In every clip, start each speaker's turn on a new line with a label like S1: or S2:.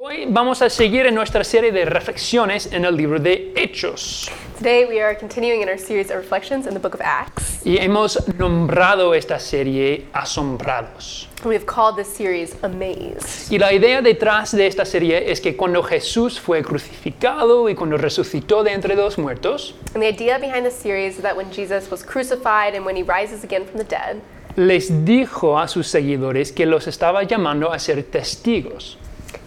S1: Hoy vamos a seguir en nuestra serie de reflexiones en el libro de Hechos
S2: Today we are continuing in our series of reflections in the book of Acts.
S1: y hemos nombrado esta serie Asombrados.
S2: We have called this series Amazed.
S1: Y la idea detrás de esta serie es que cuando Jesús fue crucificado y cuando resucitó de entre los muertos,
S2: And the idea behind this series is that when Jesus was crucified and when he rises again from the dead,
S1: les dijo a sus seguidores que los estaba llamando a ser testigos.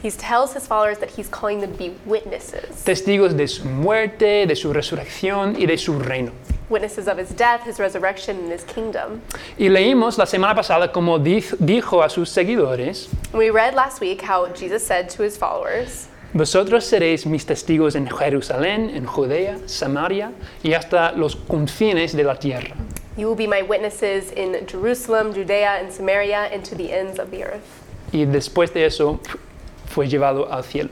S2: he tells his followers that he's calling them to be witnesses
S1: Testigos de su muerte, de su resurrección y de su reino.
S2: witnesses of his death, his resurrection, and his kingdom.
S1: Y leímos la semana pasada como dij- dijo a sus seguidores,
S2: And we read last week how Jesus said to his followers,
S1: Vosotros seréis mis testigos en Jerusalén, en Judea, Samaria y hasta los confines de la tierra.
S2: You will be my witnesses in Jerusalem, Judea, and Samaria, and to the ends of the earth.
S1: Y después de eso fue llevado al cielo.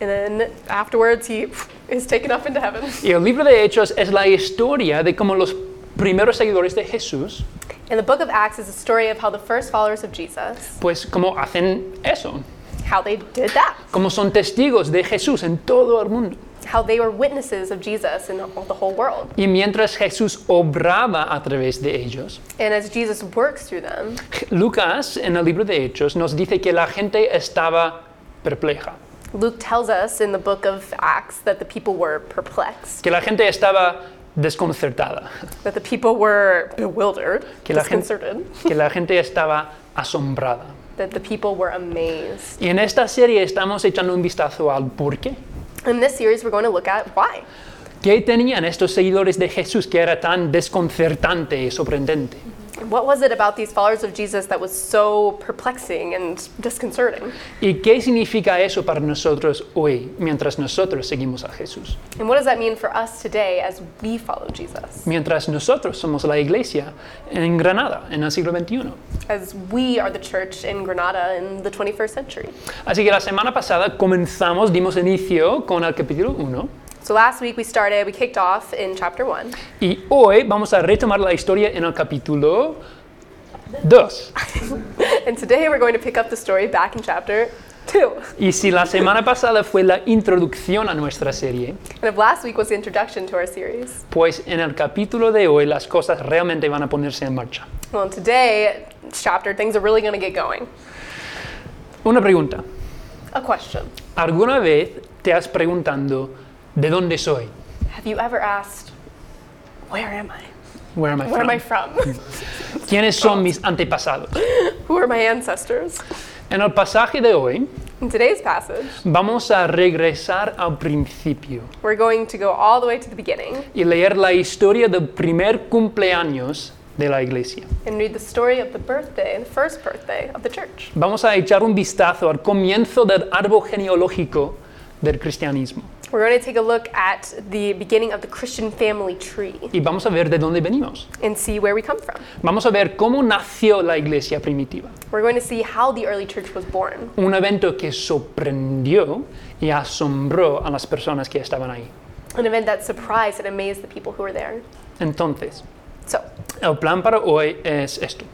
S2: And then afterwards, he is taken up into heaven.
S1: Y el libro de Hechos es la historia de cómo los primeros seguidores de Jesús,
S2: And the book of Acts is a story of how the first followers of Jesus,
S1: pues cómo hacen eso,
S2: how they did that,
S1: cómo son testigos de Jesús en todo el mundo.
S2: how they were witnesses of Jesus in all- the whole world.
S1: Y mientras Jesús obraba a través de ellos,
S2: And as Jesus works through them,
S1: Lucas en el libro de Hechos nos dice que la gente estaba perpleja,
S2: Luke tells us in the book of Acts that the people were perplexed,
S1: que la gente estaba desconcertada.
S2: that the people were bewildered,
S1: Que la gente-
S2: disconcerted,
S1: que la gente estaba asombrada.
S2: that the people were amazed.
S1: Y en esta serie estamos echando un vistazo al por qué.
S2: In this series, we're going to look at why.
S1: ¿Qué tenían estos seguidores de Jesús que era tan desconcertante y sorprendente?
S2: What was it about these followers of Jesus that was so perplexing and disconcerting?
S1: ¿Y qué significa eso para nosotros hoy, mientras nosotros seguimos a Jesús?
S2: And what does that mean for us today as we follow Jesus?
S1: Mientras nosotros somos la iglesia en Granada, en el siglo XXI.
S2: As we are the church in Granada in the 21st century.
S1: Así que la semana pasada comenzamos, dimos inicio con el capítulo 1
S2: So last week we started, we kicked off in chapter 1.
S1: y hoy vamos a retomar la historia en el capítulo 2.
S2: And today we're going to pick up the story back in chapter 2.
S1: Y si la semana pasada fue la introducción a nuestra serie,
S2: And if last week was the introduction to our series,
S1: pues en el capítulo de hoy las cosas realmente van a ponerse en marcha.
S2: well, today, chapter, things are really going to get going.
S1: Una pregunta.
S2: A question
S1: ¿Alguna vez te has preguntado de dónde soy?
S2: Have you ever asked, Where am I?
S1: Where am I
S2: Where am I
S1: from?
S2: from?
S1: ¿Quiénes son mis antepasados?
S2: Who are my ancestors?
S1: En el pasaje de hoy
S2: In today's passage,
S1: vamos a regresar al principio
S2: we're going to go all the way to the beginning
S1: y leer la historia del primer cumpleaños de la iglesia.
S2: and read the story of the birthday, the first birthday of the church.
S1: Vamos a echar un vistazo al comienzo del árbol genealógico del cristianismo.
S2: We're going to take a look at the beginning of the Christian family tree
S1: y vamos a ver de dónde venimos.
S2: and see where we come from.
S1: Vamos a ver cómo nació la iglesia primitiva,
S2: We're going to see how the early church was born,
S1: un evento que sorprendió y asombró a las personas que estaban ahí.
S2: an event that surprised and amazed the people who were there.
S1: Entonces,
S2: So,
S1: el plan para hoy es esto.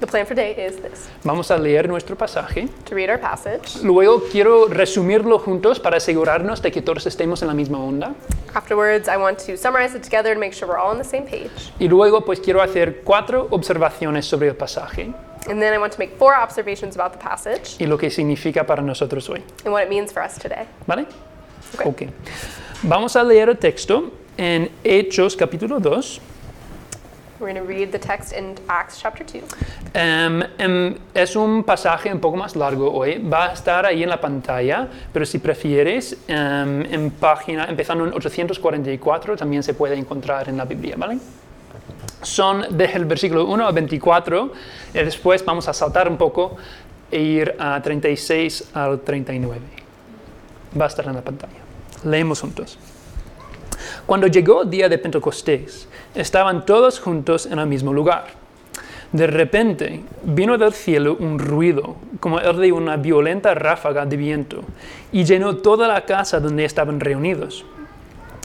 S2: the plan for today is this
S1: Vamos a leer nuestro pasaje,
S2: to read our passage.
S1: luego quiero resumirlo juntos para asegurarnos de que todos estemos en la misma onda
S2: Afterwards, I want to summarize it together to make sure we're all on the same page.
S1: y luego pues quiero hacer cuatro observaciones sobre el pasaje
S2: And then I want to make four observations about the passage
S1: y lo que significa para nosotros hoy.
S2: and what it means for us today.
S1: ¿Vale?
S2: Ok.
S1: ok. Vamos a leer el texto en Hechos capítulo 2.
S2: We're going to read the text in Acts chapter 2.
S1: Em, em, es un pasaje un poco más largo hoy. Va a estar ahí en la pantalla, pero si prefieres, em, en página, empezando en 844, también se puede encontrar en la Biblia, ¿vale? Son desde el versículo 1 a 24, y después vamos a saltar un poco e ir a 36 al 39. Va a estar en la pantalla. Leemos juntos. Cuando llegó el día de Pentecostés, estaban todos juntos en el mismo lugar. De repente vino del cielo un ruido, como el de una violenta ráfaga de viento, y llenó toda la casa donde estaban reunidos.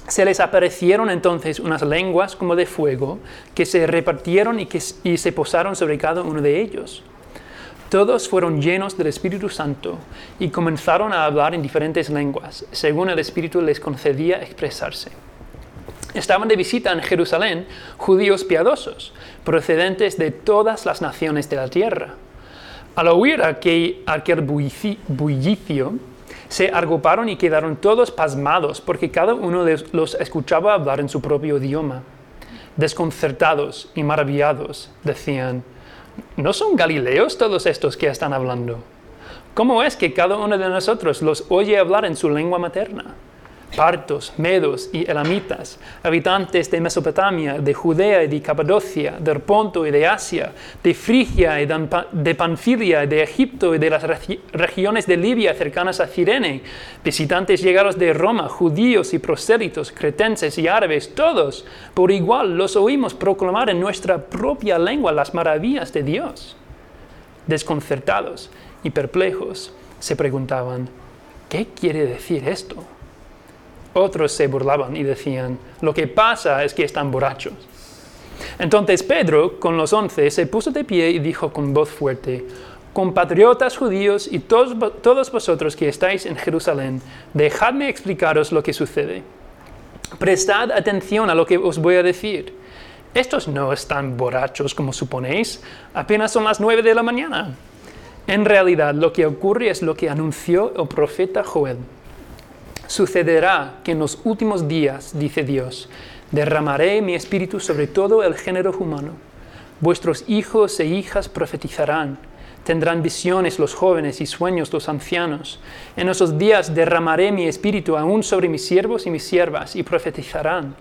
S1: Se les aparecieron entonces unas lenguas como de fuego que se repartieron y, que, s- y se posaron sobre cada uno de ellos. todos fueron llenos del Espíritu Santo y comenzaron a hablar en diferentes lenguas, según el Espíritu les concedía expresarse. Estaban de visita en Jerusalén judíos piadosos, procedentes de todas las naciones de la tierra. Al oír aquel, aquel bullici- bullicio, se agruparon y quedaron todos pasmados porque cada uno de los escuchaba hablar en su propio idioma. Desconcertados y maravillados, decían, ¿no son galileos todos estos que están hablando? ¿Cómo es que cada uno de nosotros los oye hablar en su lengua materna? Partos, medos y elamitas, habitantes de Mesopotamia, de Judea y de Capadocia, de Ponto y de Asia, de Frigia y de Anpa- de Panfilia, y de Egipto y de las regi- regiones de Libia cercanas a Cirene, visitantes llegados de Roma, judíos y prosélitos, cretenses y árabes, todos por igual los oímos proclamar en nuestra propia lengua las maravillas de Dios. Desconcertados y perplejos, se preguntaban, ¿qué quiere decir esto? Otros se burlaban y decían, lo que pasa es que están borrachos. Entonces Pedro, con los once, se puso de pie y dijo con voz fuerte, compatriotas judíos y todos, vo- todos vosotros que estáis en Jerusalén, dejadme explicaros lo que sucede. Prestad atención a lo que os voy a decir. Estos no están borrachos como suponéis, apenas son las nueve de la mañana. En realidad lo que ocurre es lo que anunció el profeta Joel. Sucederá que en los últimos días, dice Dios, derramaré mi espíritu sobre todo el género humano. Vuestros hijos e hijas profetizarán, tendrán visiones los jóvenes y sueños los ancianos. En esos días derramaré mi espíritu aún sobre mis siervos y mis siervas y profetizarán.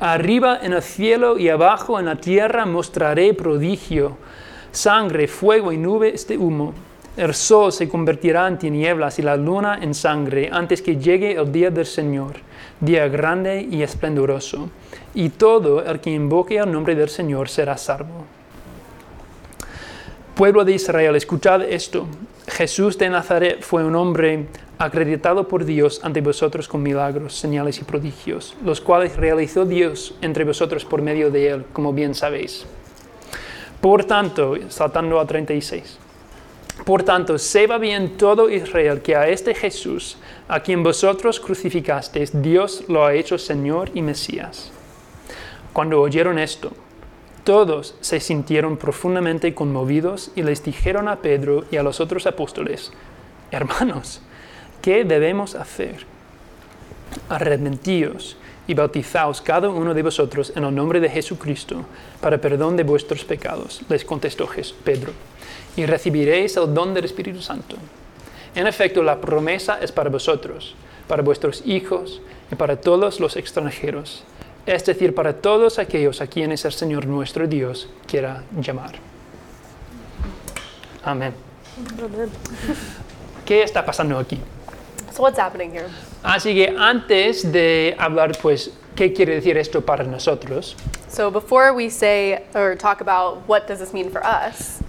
S1: Arriba en el cielo y abajo en la tierra mostraré prodigio, sangre, fuego y nubes de humo. El sol se convertirá en tinieblas y la luna en sangre antes que llegue el día del Señor, día grande y esplendoroso. Y todo el que invoque el nombre del Señor será salvo. Pueblo de Israel, escuchad esto. Jesús de Nazaret fue un hombre acreditado por Dios ante vosotros con milagros, señales y prodigios, los cuales realizó Dios entre vosotros por medio de él, como bien sabéis. Por tanto, saltando a 36. Por tanto, sepa bien todo Israel que a este Jesús, a quien vosotros crucificasteis, Dios lo ha hecho Señor y Mesías. Cuando oyeron esto, todos se sintieron profundamente conmovidos y les dijeron a Pedro y a los otros apóstoles, Hermanos, ¿qué debemos hacer? Arrepentíos y bautizaos cada uno de vosotros en el nombre de Jesucristo para perdón de vuestros pecados, les contestó Jes- Pedro, y recibiréis el don del Espíritu Santo. En efecto, la promesa es para vosotros, para vuestros hijos y para todos los extranjeros, es decir, para todos aquellos a quienes el Señor nuestro Dios quiera llamar. Amén. ¿Qué está pasando aquí?
S2: So, what's happening here?
S1: Así que antes de hablar, pues, qué quiere decir esto para nosotros,
S2: So, before we say or talk about what does this mean for us,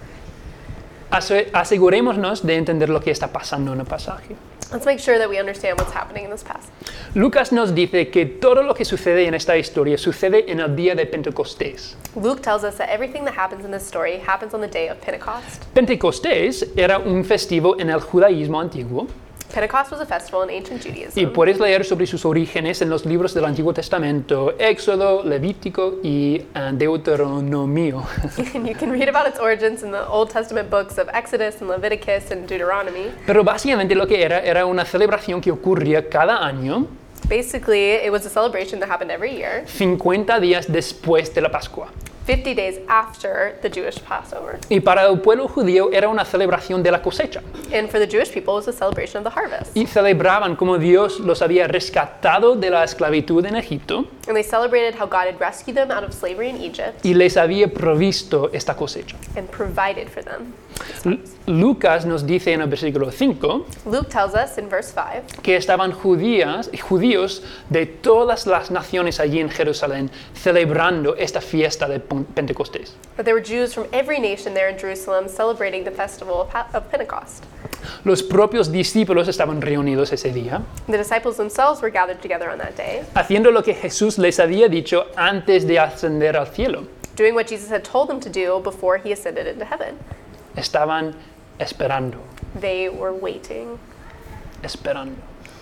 S1: ase- asegurémonos de entender lo que está pasando en el pasaje.
S2: let's make sure that we understand what's happening in this passage.
S1: Lucas nos dice que todo lo que sucede en esta historia sucede en el día de Pentecostés.
S2: Luke tells us that everything that happens in this story happens on the day of Pentecost.
S1: Pentecostés era un festivo en el judaísmo antiguo
S2: Pentecost was a festival in ancient
S1: y
S2: Judaism.
S1: puedes leer sobre sus orígenes en los libros del Antiguo Testamento, Éxodo, Levítico y eh, Deuteronomio.
S2: and you can read about its origins in the Old Testament books of Exodus and Leviticus and Deuteronomy.
S1: Pero básicamente lo que era era una celebración que ocurría cada año
S2: Basically, it was a celebration that happened every year,
S1: 50 días después de la Pascua.
S2: 50 days after the Jewish Passover.
S1: Y para el pueblo judío era una celebración de la cosecha.
S2: And for the Jewish people, it was a celebration of the harvest.
S1: Y celebraban como Dios los había rescatado de la esclavitud en Egipto
S2: And they celebrated how God had rescued them out of slavery in Egypt
S1: y les había provisto esta cosecha.
S2: and provided for them.
S1: Lu- Lucas nos dice en el versículo 5
S2: Luke tells us in verse 5
S1: que estaban judías, judíos de todas las naciones allí en Jerusalén celebrando esta fiesta de Pon- Pentecostés.
S2: that there were Jews from every nation there in Jerusalem celebrating the festival of, Pa- of Pentecost.
S1: Los propios discípulos estaban reunidos ese día,
S2: The disciples themselves were gathered together on that day,
S1: haciendo lo que Jesús les había dicho antes de ascender al cielo.
S2: doing what Jesus had told them to do before he ascended into heaven.
S1: estaban esperando,
S2: They were waiting,
S1: esperando.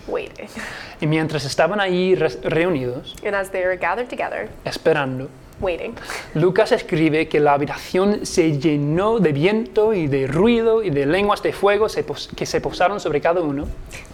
S2: waiting.
S1: Y mientras estaban ahí res- reunidos,
S2: And as they were gathered together,
S1: esperando,
S2: waiting,
S1: Lucas escribe que la habitación se llenó de viento y de ruido y de lenguas de fuego se pos- que se posaron sobre cada uno.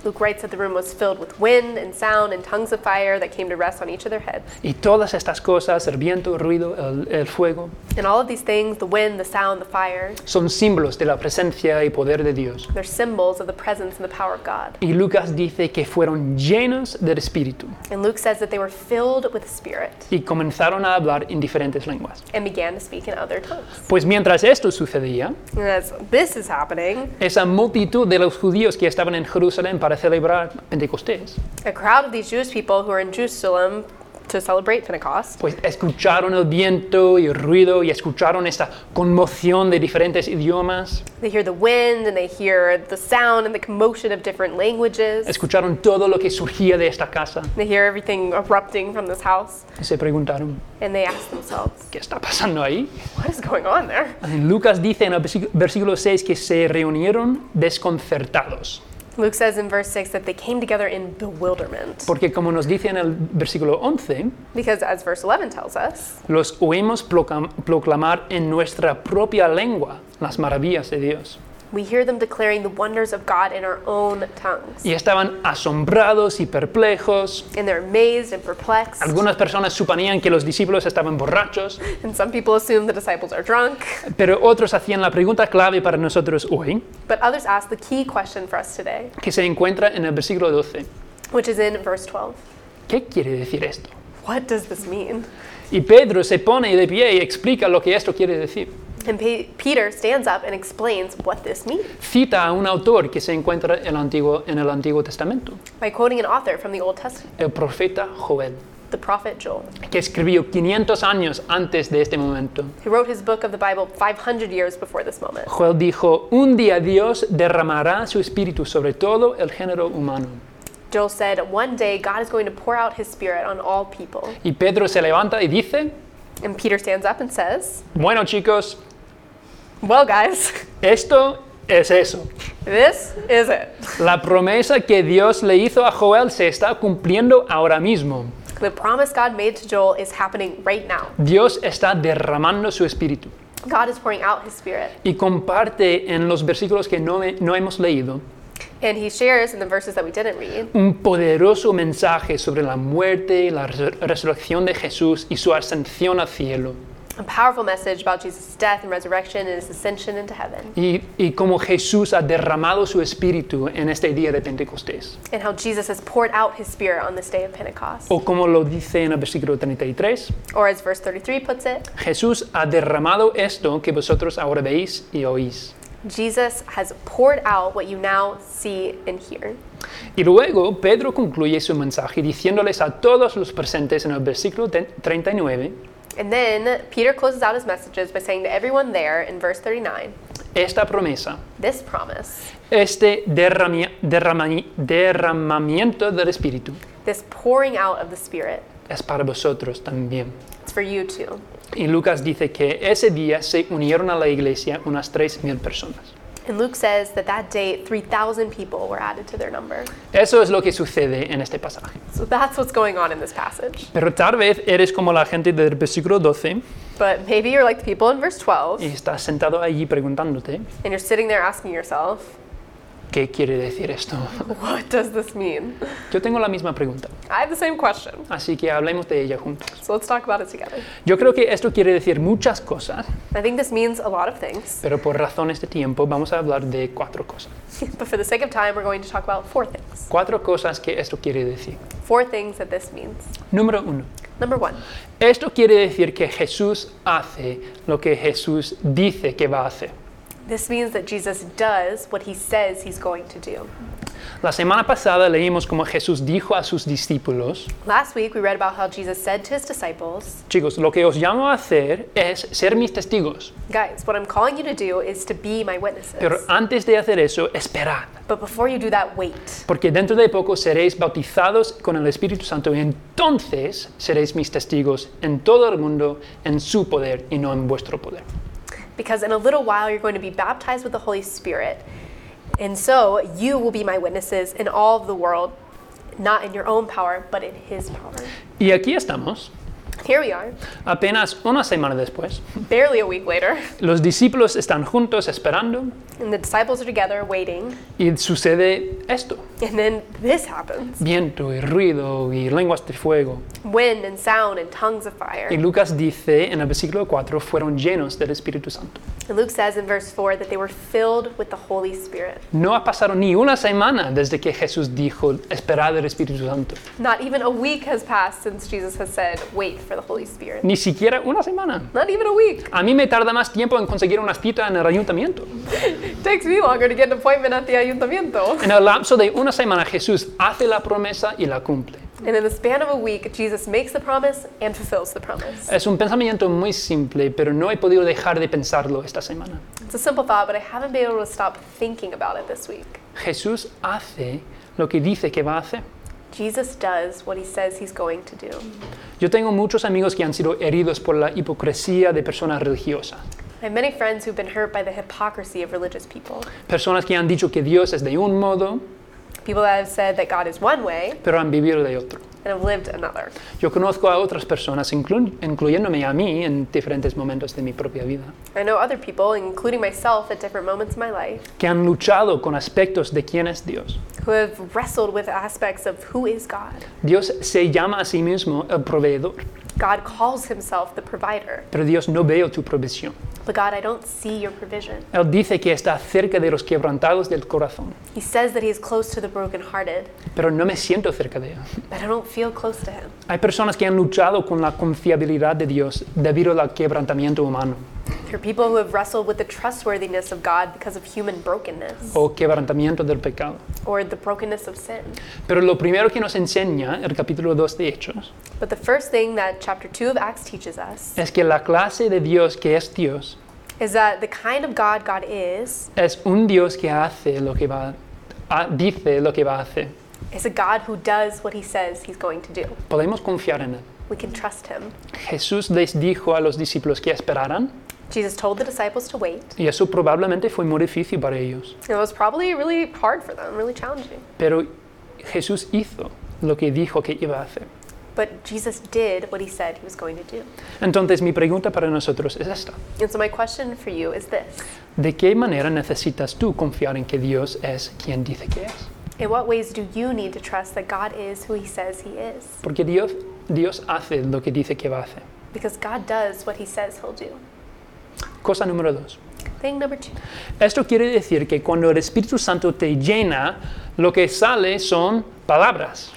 S2: Luke writes that the room was filled with wind and sound and tongues of fire that came to rest on each of their heads.
S1: Y todas estas cosas, el viento, el ruido, el, el fuego,
S2: And all of these things the wind, the sound, the fire
S1: son símbolos de la presencia y poder de Dios.
S2: they're symbols of the presence and the power of God.
S1: Y Lucas dice que fueron llenos del Espíritu
S2: And Luke says that they were filled with the Spirit
S1: y comenzaron a hablar en diferentes lenguas.
S2: and began to speak in other tongues.
S1: Pues mientras esto sucedía,
S2: And as this is happening,
S1: esa multitud de los judíos que estaban en Jerusalén para celebrar Pentecostés,
S2: a crowd of these Jewish people who are in Jerusalem to celebrate Pentecost
S1: pues escucharon el viento y el ruido y escucharon esta conmoción de diferentes idiomas,
S2: They hear the wind and they hear the sound and the commotion of different languages.
S1: escucharon todo lo que surgía de esta casa
S2: They hear everything erupting from this house
S1: y se preguntaron,
S2: and they ask themselves,
S1: ¿qué está pasando ahí?
S2: what is going on there?
S1: Lucas dice en el versículo- versículo 6 que se reunieron desconcertados,
S2: Luke says in verse 6 that they came together in bewilderment
S1: porque como nos dice en el versículo 11,
S2: because, as verse 11 tells us,
S1: los oímos proclam- proclamar en nuestra propia lengua las maravillas de Dios.
S2: we hear them declaring the wonders of God in our own tongues.
S1: Y estaban asombrados y perplejos.
S2: And they're amazed and perplexed.
S1: Algunas personas suponían que los discípulos estaban borrachos,
S2: And some people assume the disciples are drunk,
S1: pero otros hacían la pregunta clave para nosotros hoy,
S2: but others ask the key question for us today,
S1: que se encuentra en el versículo 12.
S2: which is in verse 12.
S1: ¿Qué quiere decir esto?
S2: What does this mean?
S1: Y Pedro se pone de pie y explica lo que esto quiere decir.
S2: And Pe- Peter stands up and explains what this means
S1: Cita a un autor que se encuentra en el Antiguo, en el Antiguo Testamento,
S2: by quoting an author from the Old Testament,
S1: el profeta Joel,
S2: the prophet Joel,
S1: que escribió 500 años antes de este momento.
S2: who wrote his book of the Bible 500 years before this moment.
S1: Joel dijo, un día Dios derramará su espíritu sobre todo el género humano.
S2: Joel said, One day God is going to pour out his spirit on all people.
S1: Y Pedro se levanta y dice,
S2: And Peter stands up and says,
S1: bueno chicos,
S2: Well, guys,
S1: esto es eso.
S2: this is it.
S1: La promesa que Dios le hizo a Joel se está cumpliendo ahora mismo.
S2: The promise God made to Joel is happening right now.
S1: Dios está derramando su espíritu.
S2: God is pouring out his spirit.
S1: Y comparte en los versículos que no, no hemos leído
S2: And he shares in the verses that we didn't read
S1: un poderoso mensaje sobre la muerte, la resur- resurrección de Jesús y su ascensión al cielo.
S2: a powerful message about Jesus' death and resurrection and his ascension into heaven,
S1: Y, y cómo Jesús ha derramado su espíritu en este día de Pentecostés.
S2: and how Jesus has poured out his spirit on this day of Pentecost.
S1: O como lo dice en el versículo 33,
S2: Or as verse 33 puts it,
S1: Jesús ha derramado esto que vosotros ahora veis y oís.
S2: Jesus has poured out what you now see and hear.
S1: Y luego Pedro concluye su mensaje diciéndoles a todos los presentes en el versículo te- 39,
S2: And then Peter closes out his messages by saying to everyone there in verse 39,
S1: esta promesa,
S2: this promise,
S1: este derrami- derramani- derramamiento del Espíritu
S2: this pouring out of the Spirit,
S1: es para vosotros también.
S2: it's for you too.
S1: Y Lucas dice que ese día se unieron a la iglesia unas 3.000 personas.
S2: And Luke says that that day 3,000 people were added to their number.
S1: Eso es lo que sucede en este pasaje.
S2: So that's what's going on in this passage.
S1: Pero tal vez eres como la gente del versículo 12
S2: But maybe you're like the people in verse 12
S1: y estás sentado allí preguntándote,
S2: and you're sitting there asking yourself,
S1: ¿qué quiere decir esto?
S2: what does this mean?
S1: Yo tengo la misma pregunta,
S2: I have the same question.
S1: así que hablemos de ella juntos.
S2: So let's talk about it together.
S1: Yo creo que esto quiere decir muchas cosas,
S2: I think this means a lot of things,
S1: pero por razones de tiempo vamos a hablar de cuatro cosas.
S2: but for the sake of time, we're going to talk about four things.
S1: Cuatro cosas que esto quiere decir.
S2: Four things that this means.
S1: Número uno,
S2: Number one,
S1: esto quiere decir que Jesús hace lo que Jesús dice que va a hacer.
S2: this means that Jesus does what he says he's going to do.
S1: La semana pasada leímos como Jesús dijo a sus discípulos,
S2: Last week, we read about how Jesus said to his disciples,
S1: chicos, lo que os llamo a hacer es ser mis testigos,
S2: Guys, what I'm calling you to do is to be my witnesses.
S1: pero antes de hacer eso, esperad,
S2: But before you do that, wait.
S1: porque dentro de poco seréis bautizados con el Espíritu Santo y entonces seréis mis testigos en todo el mundo, en su poder y no en vuestro poder.
S2: because in a little while you're going to be baptized with the Holy Spirit. And so you will be my witnesses in all of the world, not in your own power, but in his power.
S1: Y aquí estamos,
S2: Here we are,
S1: apenas una semana después.
S2: barely a week later,
S1: Los discípulos están juntos esperando
S2: and the disciples are together waiting,
S1: y sucede esto.
S2: and then this happens
S1: Viento y ruido y lenguas de fuego.
S2: wind and sound and tongues of fire.
S1: Y Lucas dice en el versículo 4, fueron llenos del Espíritu Santo.
S2: And Luke says in verse 4 that they were filled with the Holy Spirit.
S1: No ha pasado ni una semana desde que Jesús dijo, esperad el Espíritu Santo.
S2: Not even a week has passed since Jesus has said, Wait for the Holy Spirit.
S1: Ni siquiera una semana.
S2: Not even a week.
S1: A mí me tarda más tiempo en conseguir una cita en el ayuntamiento.
S2: It takes me longer to get an appointment at the ayuntamiento.
S1: En el lapso de una semana Jesús hace la promesa y la cumple.
S2: And in the span of a week, Jesus makes the promise and fulfills the promise.
S1: Es un pensamiento muy simple, pero no he podido dejar de pensarlo esta semana.
S2: It's a simple thought, but I haven't been able to stop thinking about it this week.
S1: Jesús hace lo que dice que va a hacer.
S2: Jesus does what he says he's going to do.
S1: Yo tengo muchos amigos que han sido heridos por la hipocresía de personas religiosas.
S2: I have many friends who've been hurt by the hypocrisy of religious people.
S1: Personas que han dicho que Dios es de un modo,
S2: People that have said that God is one way
S1: pero han vivido de otro.
S2: and have lived another.
S1: Yo conozco a otras personas, inclu- incluyéndome a mí, en diferentes momentos de mi propia vida,
S2: I know other people, including myself at different moments in my life,
S1: que han luchado con aspectos de quién es Dios.
S2: who have wrestled with aspects of who is God.
S1: Dios se llama a sí mismo el proveedor,
S2: God calls himself the provider,
S1: pero Dios no veo tu provisión.
S2: but God, I don't see your provision.
S1: Él dice que está cerca de los quebrantados del corazón,
S2: He says that he is close to the brokenhearted,
S1: pero no me siento cerca de él.
S2: but I don't feel close to him.
S1: Hay personas que han luchado con la confiabilidad de Dios debido al quebrantamiento humano
S2: For people who have wrestled with the trustworthiness of God because of human brokenness
S1: o quebrantamiento del pecado.
S2: or the brokenness of sin.
S1: Pero lo primero que nos enseña el capítulo 2 de Hechos
S2: But the first thing that chapter 2 of Acts teaches us
S1: es que la clase de Dios que es Dios
S2: is that the kind of God God is,
S1: es un Dios que hace lo que va a- dice lo que va a hacer.
S2: is a God who does what he says he's going to do.
S1: Podemos confiar en él.
S2: We can trust him.
S1: Jesús les dijo a los discípulos que esperaran
S2: Jesus told the disciples to wait.
S1: y eso probablemente fue muy difícil para ellos.
S2: It was probably really hard for them, really challenging.
S1: Pero Jesús hizo lo que dijo que iba a hacer.
S2: But Jesus did what he said he was going to do.
S1: Entonces mi pregunta para nosotros es esta.
S2: And so, my question for you is this
S1: ¿De qué manera necesitas tú confiar en que Dios es quien dice que es?
S2: In what ways do you need to trust that God is who he says he is?
S1: Porque Dios, Dios hace lo que dice que va a hacer.
S2: Because God does what he says he'll do.
S1: Cosa número dos.
S2: Thing number two
S1: Esto quiere decir que cuando el Espíritu Santo te llena, lo que sale son palabras.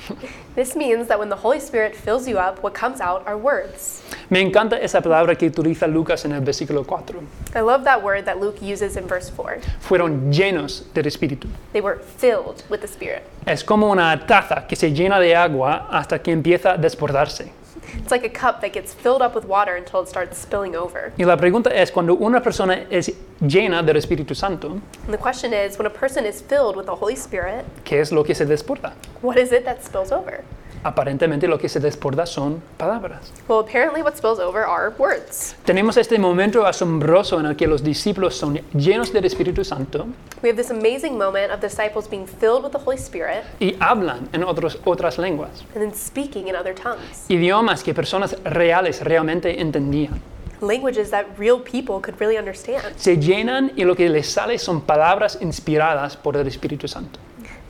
S2: this means that when the Holy Spirit fills you up, what comes out are words.
S1: Me encanta esa palabra que utiliza Lucas en el versículo 4.
S2: I love that word that Luke uses in verse 4.
S1: Fueron llenos del Espíritu.
S2: They were filled with the Spirit.
S1: Es como una taza que se llena de agua hasta que empieza a desbordarse.
S2: It's like a cup that gets filled up with water until it starts spilling over.
S1: Y la pregunta es, cuando una persona es llena del Espíritu Santo,
S2: And the question is when a person is filled with the Holy Spirit,
S1: ¿qué es lo que se desborda?
S2: what is it that spills over?
S1: Aparentemente lo que se desborda son palabras.
S2: Well, apparently, what spills over are words.
S1: Tenemos este momento asombroso en el que los discípulos son llenos del Espíritu Santo
S2: We have this amazing moment of disciples being filled with the Holy Spirit
S1: y hablan en otros- otras lenguas,
S2: and then speaking in other tongues,
S1: idiomas que personas reales realmente entendían.
S2: languages that real people could really understand.
S1: Se llenan y lo que les sale son palabras inspiradas por el Espíritu Santo.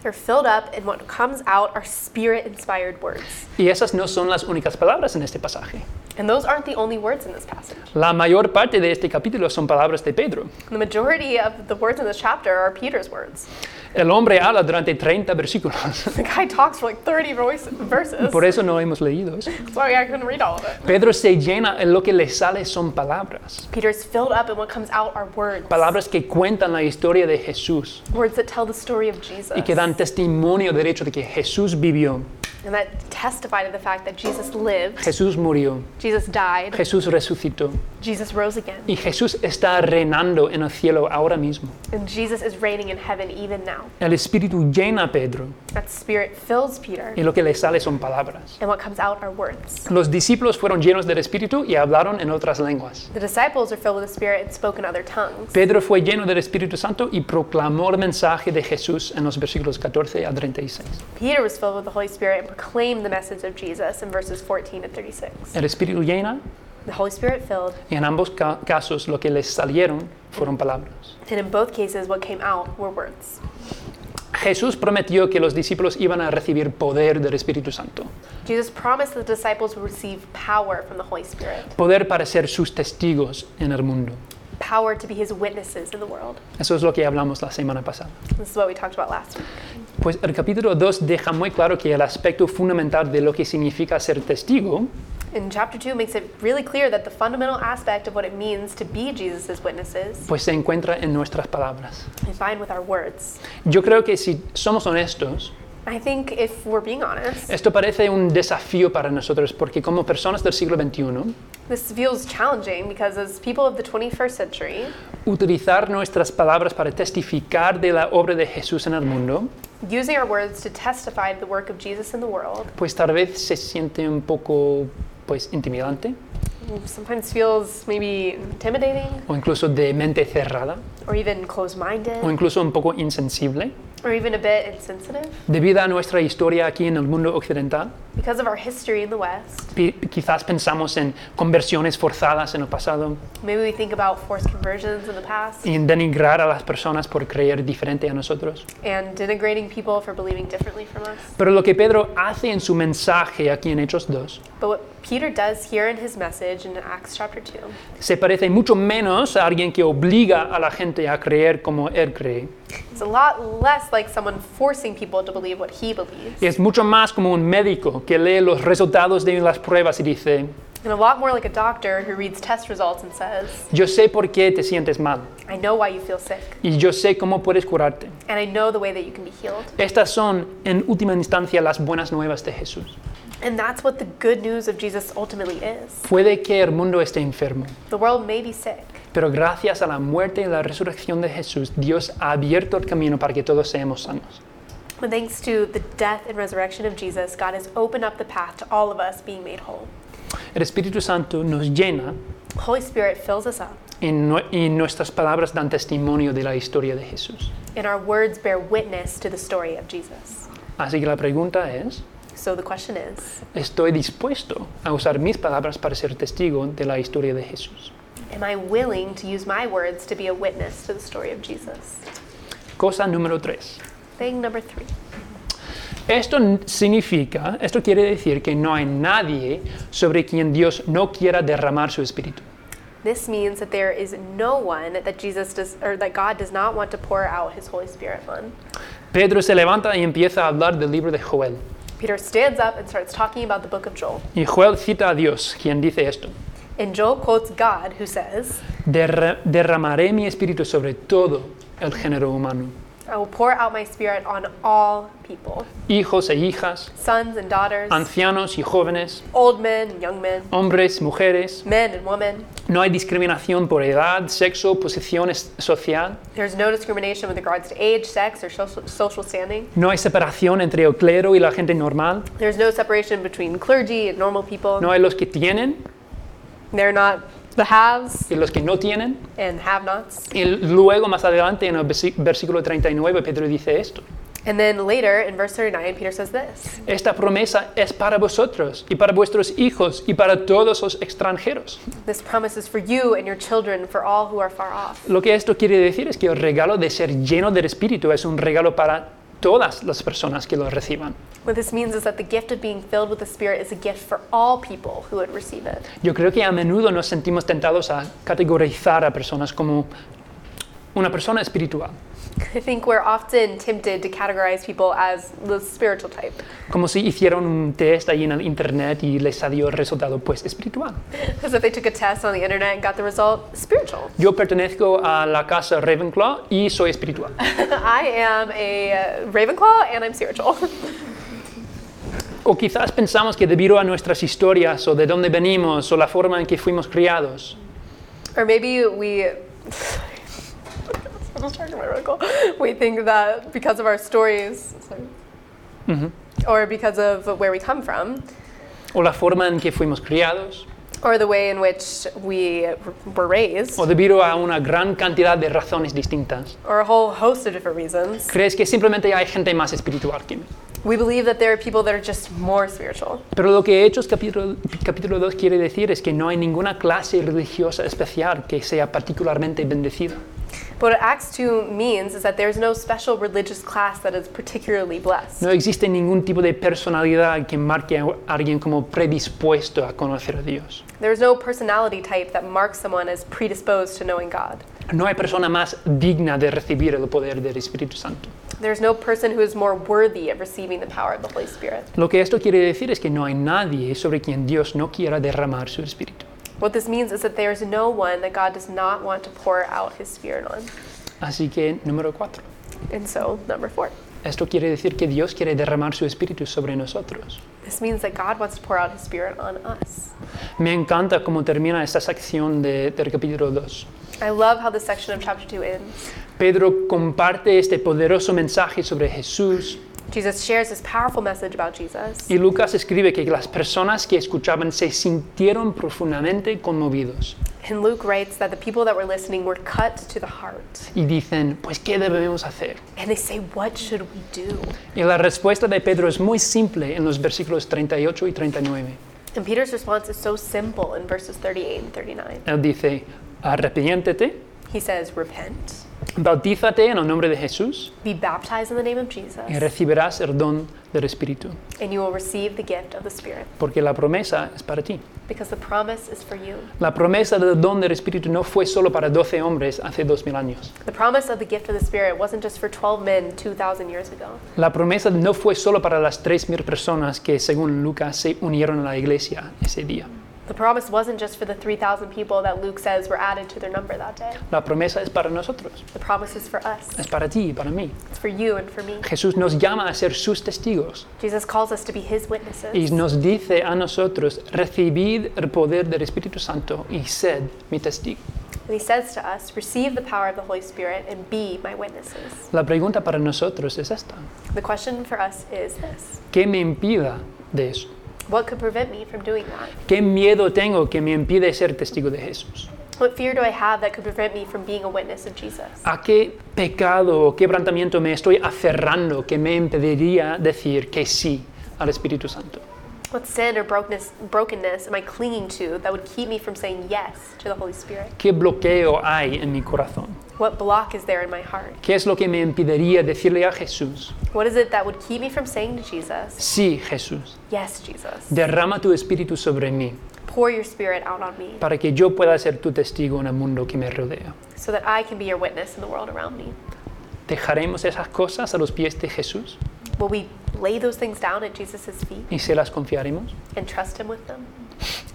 S2: They're filled up, and what comes out are spirit inspired words.
S1: Y esas no son las únicas palabras en este pasaje.
S2: And those aren't the only words in this passage.
S1: La mayor parte de este capítulo son palabras de Pedro.
S2: The majority of the words in this chapter are Peter's words.
S1: El hombre habla durante 30 versículos.
S2: The guy talks for like 30 voice- verses.
S1: Por eso no hemos leído. eso.
S2: Sorry, I couldn't read all of it.
S1: Pedro se llena en lo que le sale son palabras.
S2: Peter's filled up, and what comes out are words.
S1: Palabras que cuentan la historia de Jesús
S2: Words that tell the story of Jesus.
S1: y que dan testimonio derecho de que Jesús vivió
S2: And that testify to the fact that Jesus lived,
S1: Jesús murió,
S2: Jesus died,
S1: Jesús resucitó
S2: Jesus rose again,
S1: y Jesús está reinando en el cielo ahora mismo.
S2: and Jesus is reigning in heaven even now.
S1: El Espíritu llena a Pedro
S2: That spirit fills Peter,
S1: y lo que le sale son palabras.
S2: and what comes out are words.
S1: Los discípulos fueron llenos del Espíritu y hablaron en otras lenguas.
S2: The disciples are filled with the spirit and spoke in other tongues.
S1: Pedro fue lleno del Espíritu Santo y proclamó el mensaje de Jesús en los versículos 14 a 36.
S2: Peter was filled with the Holy Spirit and proclaimed the message of Jesus in verses 14 to 36.
S1: El Espíritu llena
S2: The Holy Spirit filled,
S1: y en ambos ca- casos lo que les salieron fueron palabras.
S2: and in both cases, what came out were words.
S1: Jesús prometió que los discípulos iban a recibir poder del Espíritu Santo,
S2: Jesus promised that the disciples would receive power from the Holy Spirit,
S1: poder para ser sus testigos en el mundo.
S2: power to be his witnesses in the world.
S1: Eso es lo que hablamos la semana pasada.
S2: This is what we talked about last week.
S1: Pues el capítulo 2 deja muy claro que el aspecto fundamental de lo que significa ser testigo
S2: In chapter 2 makes it really clear that the fundamental aspect of what it means to be Jesus' witnesses
S1: pues se encuentra en nuestras palabras.
S2: we find with our words.
S1: Yo creo que si somos honestos,
S2: I think if we're being honest,
S1: esto parece un desafío para nosotros porque como personas del siglo XXI,
S2: this feels challenging because as people of the 21st century,
S1: utilizar nuestras palabras para testificar de la obra de Jesús en el mundo,
S2: using our words to testify to the work of Jesus in the world
S1: pues tal vez se siente un poco pues intimidante
S2: sometimes feels maybe intimidating
S1: o incluso de mente cerrada
S2: or even closed-minded
S1: o incluso un poco insensible
S2: or even a bit insensitive
S1: debido a nuestra historia aquí en el mundo occidental.
S2: because of our history in the West.
S1: pi- Quizás pensamos en conversiones forzadas en el pasado
S2: Maybe we think about forced conversions in the past
S1: y en denigrar a las personas por creer diferente a nosotros.
S2: and denigrating people for believing differently from us.
S1: Pero lo que Pedro hace en su mensaje aquí en Hechos 2
S2: But what Peter does here in his message in Acts chapter 2
S1: se parece mucho menos a alguien que obliga a la gente a creer como él cree.
S2: is a lot less like someone forcing people to believe what he believes
S1: Es mucho más como un médico que lee los resultados de las pruebas y dice,
S2: and a lot more like a doctor who reads test results and says,
S1: yo sé por qué te sientes mal
S2: I know why you feel sick
S1: y yo sé cómo puedes curarte.
S2: and I know the way that you can be healed.
S1: Estas son, en última instancia, las buenas nuevas de Jesús.
S2: And that's what the good news of Jesus ultimately is.
S1: Puede que el mundo esté enfermo,
S2: The world may be sick,
S1: pero gracias a la muerte y la resurrección de Jesús, Dios ha abierto el camino para que todos seamos sanos.
S2: but thanks to the death and resurrection of Jesus, God has opened up the path to all of us being made whole.
S1: El Espíritu Santo nos llena
S2: The Holy Spirit fills us up,
S1: y, nue- y nuestras palabras dan testimonio de la historia de Jesús.
S2: and our words bear witness to the story of Jesus.
S1: Así que la pregunta es,
S2: So the question is
S1: estoy dispuesto a usar mis palabras para ser testigo de la historia de Jesús.
S2: Am I willing to use my words to be a witness to the story of Jesus?
S1: Cosa número tres.
S2: Thing number three.
S1: Esto n- significa, esto quiere decir que no hay nadie sobre quien Dios no quiera derramar su espíritu.
S2: This means that there is no one that Jesus does, or that God does not want to pour out His Holy Spirit on.
S1: Pedro se levanta y empieza a hablar del libro de Joel.
S2: Peter stands up and starts talking about the book of Joel.
S1: Y Joel cita a Dios, quien dice esto.
S2: And Joel quotes God, who says,
S1: "Derra- derramaré mi espíritu sobre todo el género humano.
S2: I will pour out my spirit on all people
S1: Hijos e hijas,
S2: sons and daughters,
S1: ancianos y jóvenes,
S2: old men and young men,
S1: hombres, mujeres.
S2: men and women.
S1: No hay discriminación por edad, sexo, posición es- social.
S2: There's no discrimination with regards to age, sex, or social, social standing.
S1: No hay separación entre el clero y la gente normal.
S2: There's no separation between clergy and normal people.
S1: No hay los que tienen
S2: They're not the haves
S1: y los que no tienen.
S2: and have nots.
S1: Y luego, más adelante, en el versi- versículo 39, Pedro dice esto.
S2: And then later in verse 39, Peter says this
S1: Esta promesa es para vosotros y para vuestros hijos y para todos los extranjeros.
S2: This promise is for you and your children, for all who are far off.
S1: Lo que esto quiere decir es que el regalo de ser lleno del Espíritu es un regalo para todas las personas que lo reciban.
S2: What this means is that the gift of being filled with the Spirit is a gift for all people who would receive it.
S1: Yo creo que a menudo nos sentimos tentados a categorizar a personas como una persona espiritual,
S2: I think we're often tempted to categorize people as the spiritual type,
S1: como si hicieran un test ahí en el internet y les salió el resultado pues espiritual.
S2: as if they took a test on the internet and got the result spiritual.
S1: Yo pertenezco a la casa Ravenclaw y soy espiritual.
S2: I am a uh, Ravenclaw and I'm spiritual.
S1: o quizás pensamos que debido a nuestras historias o de dónde venimos o la forma en que fuimos criados,
S2: Or maybe we. I'm just trying to remember what it's called. We think that because of our stories, sorry, or because of where we come from,
S1: o la forma en que fuimos criados,
S2: or the way in which we were raised,
S1: o debido a una gran cantidad de razones distintas,
S2: or a whole host of different reasons,
S1: crees que simplemente hay gente más espiritual que mí.
S2: we believe that there are people that are just more spiritual.
S1: Pero lo que Hechos capítulo, capítulo 2 quiere decir es que no hay ninguna clase religiosa especial que sea particularmente bendecida.
S2: But what Acts 2 means is that there's no special religious class that is particularly blessed.
S1: No existe ningún tipo de personalidad que marque a alguien como predispuesto a conocer a Dios.
S2: There's no personality type that marks someone as predisposed to knowing God.
S1: No hay persona más digna de recibir el poder del Espíritu Santo.
S2: There's no person who is more worthy of receiving the power of the Holy Spirit.
S1: Lo que esto quiere decir es que no hay nadie sobre quien Dios no quiera derramar su Espíritu.
S2: What this means is that there is no one that God does not want to pour out his spirit on.
S1: Así que número cuatro.
S2: And so, number four,
S1: Esto quiere decir que Dios quiere derramar su Espíritu sobre nosotros.
S2: this means that God wants to pour out his spirit on us.
S1: Me encanta cómo termina esta sección de- del capítulo 2.
S2: I love how this section of chapter 2 ends.
S1: Pedro comparte este poderoso mensaje sobre Jesús
S2: Jesus shares this powerful message about Jesus.
S1: y Lucas escribe que las personas que escuchaban se sintieron profundamente conmovidos
S2: And Luke writes that the people that were listening were cut to the heart.
S1: y dicen, pues ¿qué debemos hacer?
S2: And they say, What should we do?
S1: Y la respuesta de Pedro es muy simple en los versículos 38 y 39.
S2: And Peter's response is so simple in verses 38 and 39.
S1: Él dice, arrepiéntete,
S2: He says, Repent,
S1: bautízate en el nombre de Jesús
S2: be baptized in the name of Jesus,
S1: y recibirás el don del Espíritu,
S2: and you will receive the gift of the Spirit,
S1: porque la promesa es para ti.
S2: because the promise is for you.
S1: La promesa del don del Espíritu no fue solo para 12 hombres hace 2000 años.
S2: The promise of the gift of the Spirit wasn't just for 12 men 2,000 years ago.
S1: La promesa no fue solo para las 3.000 personas que, según Lucas, se unieron a la iglesia ese día.
S2: The promise wasn't just for the 3,000 people that Luke says were added to their number that day.
S1: La promesa es para nosotros,
S2: The promise is for us,
S1: es para ti y para mí.
S2: it's for you and for me.
S1: Jesús nos llama a ser sus testigos
S2: Jesus calls us to be his
S1: y
S2: witnesses.
S1: nos dice a nosotros, recibid el poder del Espíritu Santo y sed mi testigo.
S2: And he says to us, Receive the power of the Holy Spirit and be my witnesses.
S1: La pregunta para nosotros es esta.
S2: The question for us is this
S1: ¿Qué me impida de eso?
S2: What could prevent me from doing that?
S1: ¿Qué miedo tengo que me impide ser testigo de Jesús?
S2: What fear do I have that could prevent me from being a witness of Jesus?
S1: ¿A qué pecado o quebrantamiento me estoy aferrando que me impediría decir que sí al Espíritu Santo?
S2: What sin or brokenness, brokenness am I clinging to that would keep me from saying yes to the Holy Spirit?
S1: ¿Qué bloqueo hay en mi corazón?
S2: What block is there in my heart?
S1: ¿Qué es lo que me impediría decirle a Jesús,
S2: What is it that would keep me from saying to Jesus,
S1: sí Jesús,
S2: Yes, Jesus,
S1: derrama tu Espíritu sobre mí
S2: pour your spirit out on me
S1: para que yo pueda ser tu testigo en el mundo que me rodea?
S2: so that I can be your witness in the world around me?
S1: ¿Dejaremos esas cosas a los pies de Jesús
S2: Will we lay those things down at Jesus' feet
S1: y se las confiaremos?
S2: and trust Him with them?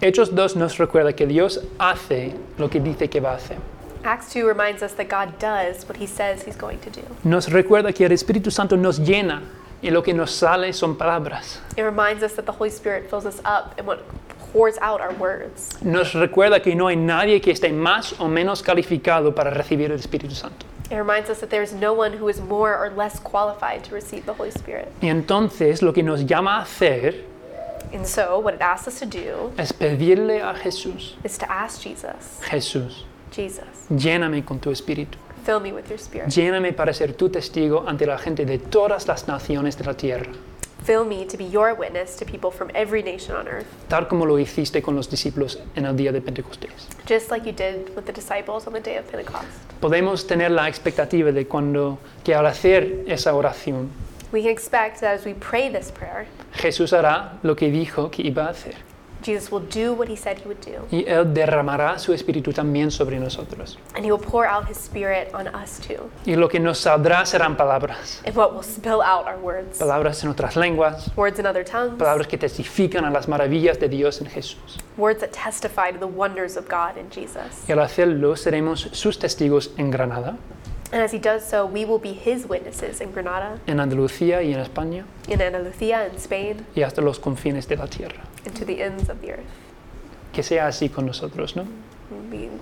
S1: Hechos 2 nos recuerda que Dios hace lo que dice que va a hacer.
S2: Acts 2 reminds us that God does what He says He's going to do.
S1: Nos recuerda que el Espíritu Santo nos llena y lo que nos sale son palabras.
S2: It reminds us that the Holy Spirit fills us up and what pours out our words.
S1: Nos recuerda que no hay nadie que esté más o menos calificado para recibir el Espíritu Santo.
S2: It reminds us that there is no one who is more or less qualified to receive the Holy Spirit.
S1: Y entonces lo que nos llama a hacer
S2: And so, what it asks us to do
S1: es pedirle a Jesús,
S2: is to ask Jesus,
S1: Jesús,
S2: Jesus,
S1: lléname con tu Espíritu,
S2: fill me with your Spirit.
S1: lléname para ser tu testigo ante la gente de todas las naciones de la tierra,
S2: Fill me to be your witness to people from every nation on earth,
S1: tal como lo hiciste con los discípulos en el día de Pentecostés.
S2: just like you did with the disciples on the day of Pentecost.
S1: Podemos tener la expectativa de cuando que al hacer esa oración
S2: We can expect that as we pray this prayer,
S1: Jesús hará lo que dijo que iba a hacer
S2: Jesus will do what he said he would do,
S1: y Él derramará su espíritu también sobre nosotros.
S2: and he will pour out his spirit on us too.
S1: Y lo que nos saldrá serán palabras,
S2: And what will spill out our words,
S1: palabras en otras lenguas,
S2: words in other tongues,
S1: palabras que testifican a las maravillas de Dios en Jesús.
S2: words that testify to the wonders of God in Jesus.
S1: Y al hacerlo seremos sus testigos en Granada,
S2: And as he does so, we will be his witnesses in Granada,
S1: en Andalucía y en España
S2: in Andalucía, in Spain,
S1: y hasta los confines de la tierra.
S2: and to the ends of the earth.
S1: Que sea así con nosotros, ¿no?
S2: I mean,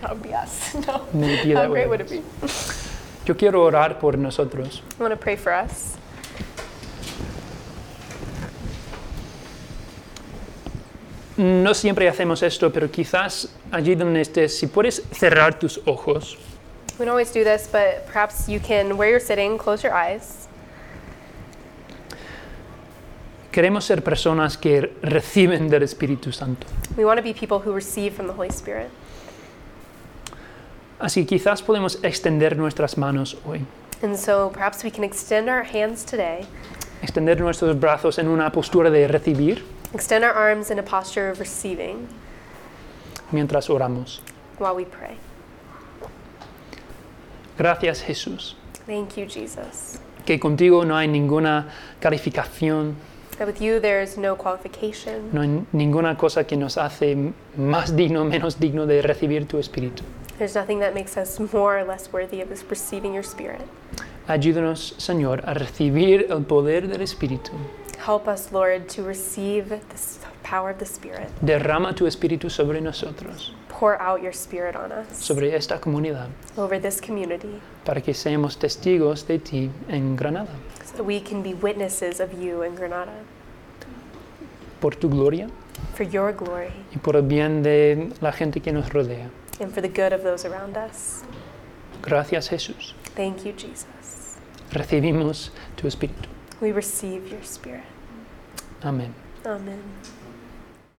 S2: that would be us. No.
S1: Maybe that
S2: How
S1: way.
S2: great would it be?
S1: Yo quiero orar por nosotros.
S2: I want to pray for us.
S1: No siempre hacemos esto, pero quizás allí donde estés, si puedes cerrar tus ojos
S2: We don't always do this, but perhaps you can, where you're sitting, close your eyes.
S1: Queremos ser personas que reciben del Espíritu Santo.
S2: We want to be people who receive from the Holy Spirit.
S1: Así quizás podemos extender nuestras manos hoy,
S2: And so perhaps we can extend our hands today,
S1: extender nuestros brazos en una postura de recibir
S2: extend our arms in a posture of receiving
S1: mientras oramos.
S2: while we pray.
S1: Gracias Jesús,
S2: Thank you, Jesus.
S1: que contigo no hay ninguna calificación,
S2: That with you there is no qualification,
S1: no hay ninguna cosa que nos hace más digno, menos digno de recibir tu Espíritu.
S2: there's nothing that makes us more or less worthy of this receiving your Spirit.
S1: Ayúdanos, Señor, a recibir el poder del Espíritu.
S2: Help us, Lord, to receive this power of the Spirit.
S1: Derrama tu Espíritu sobre nosotros,
S2: Pour out your Spirit on us,
S1: sobre esta comunidad,
S2: over this community,
S1: para que seamos testigos de ti en Granada.
S2: so that we can be witnesses of you in Granada
S1: por tu gloria
S2: for your glory
S1: y por el bien de la gente que nos rodea.
S2: and for the good of those around us.
S1: Gracias Jesús.
S2: Thank you, Jesus.
S1: Recibimos tu Espíritu.
S2: We receive your Spirit.
S1: Amén.
S2: Amen.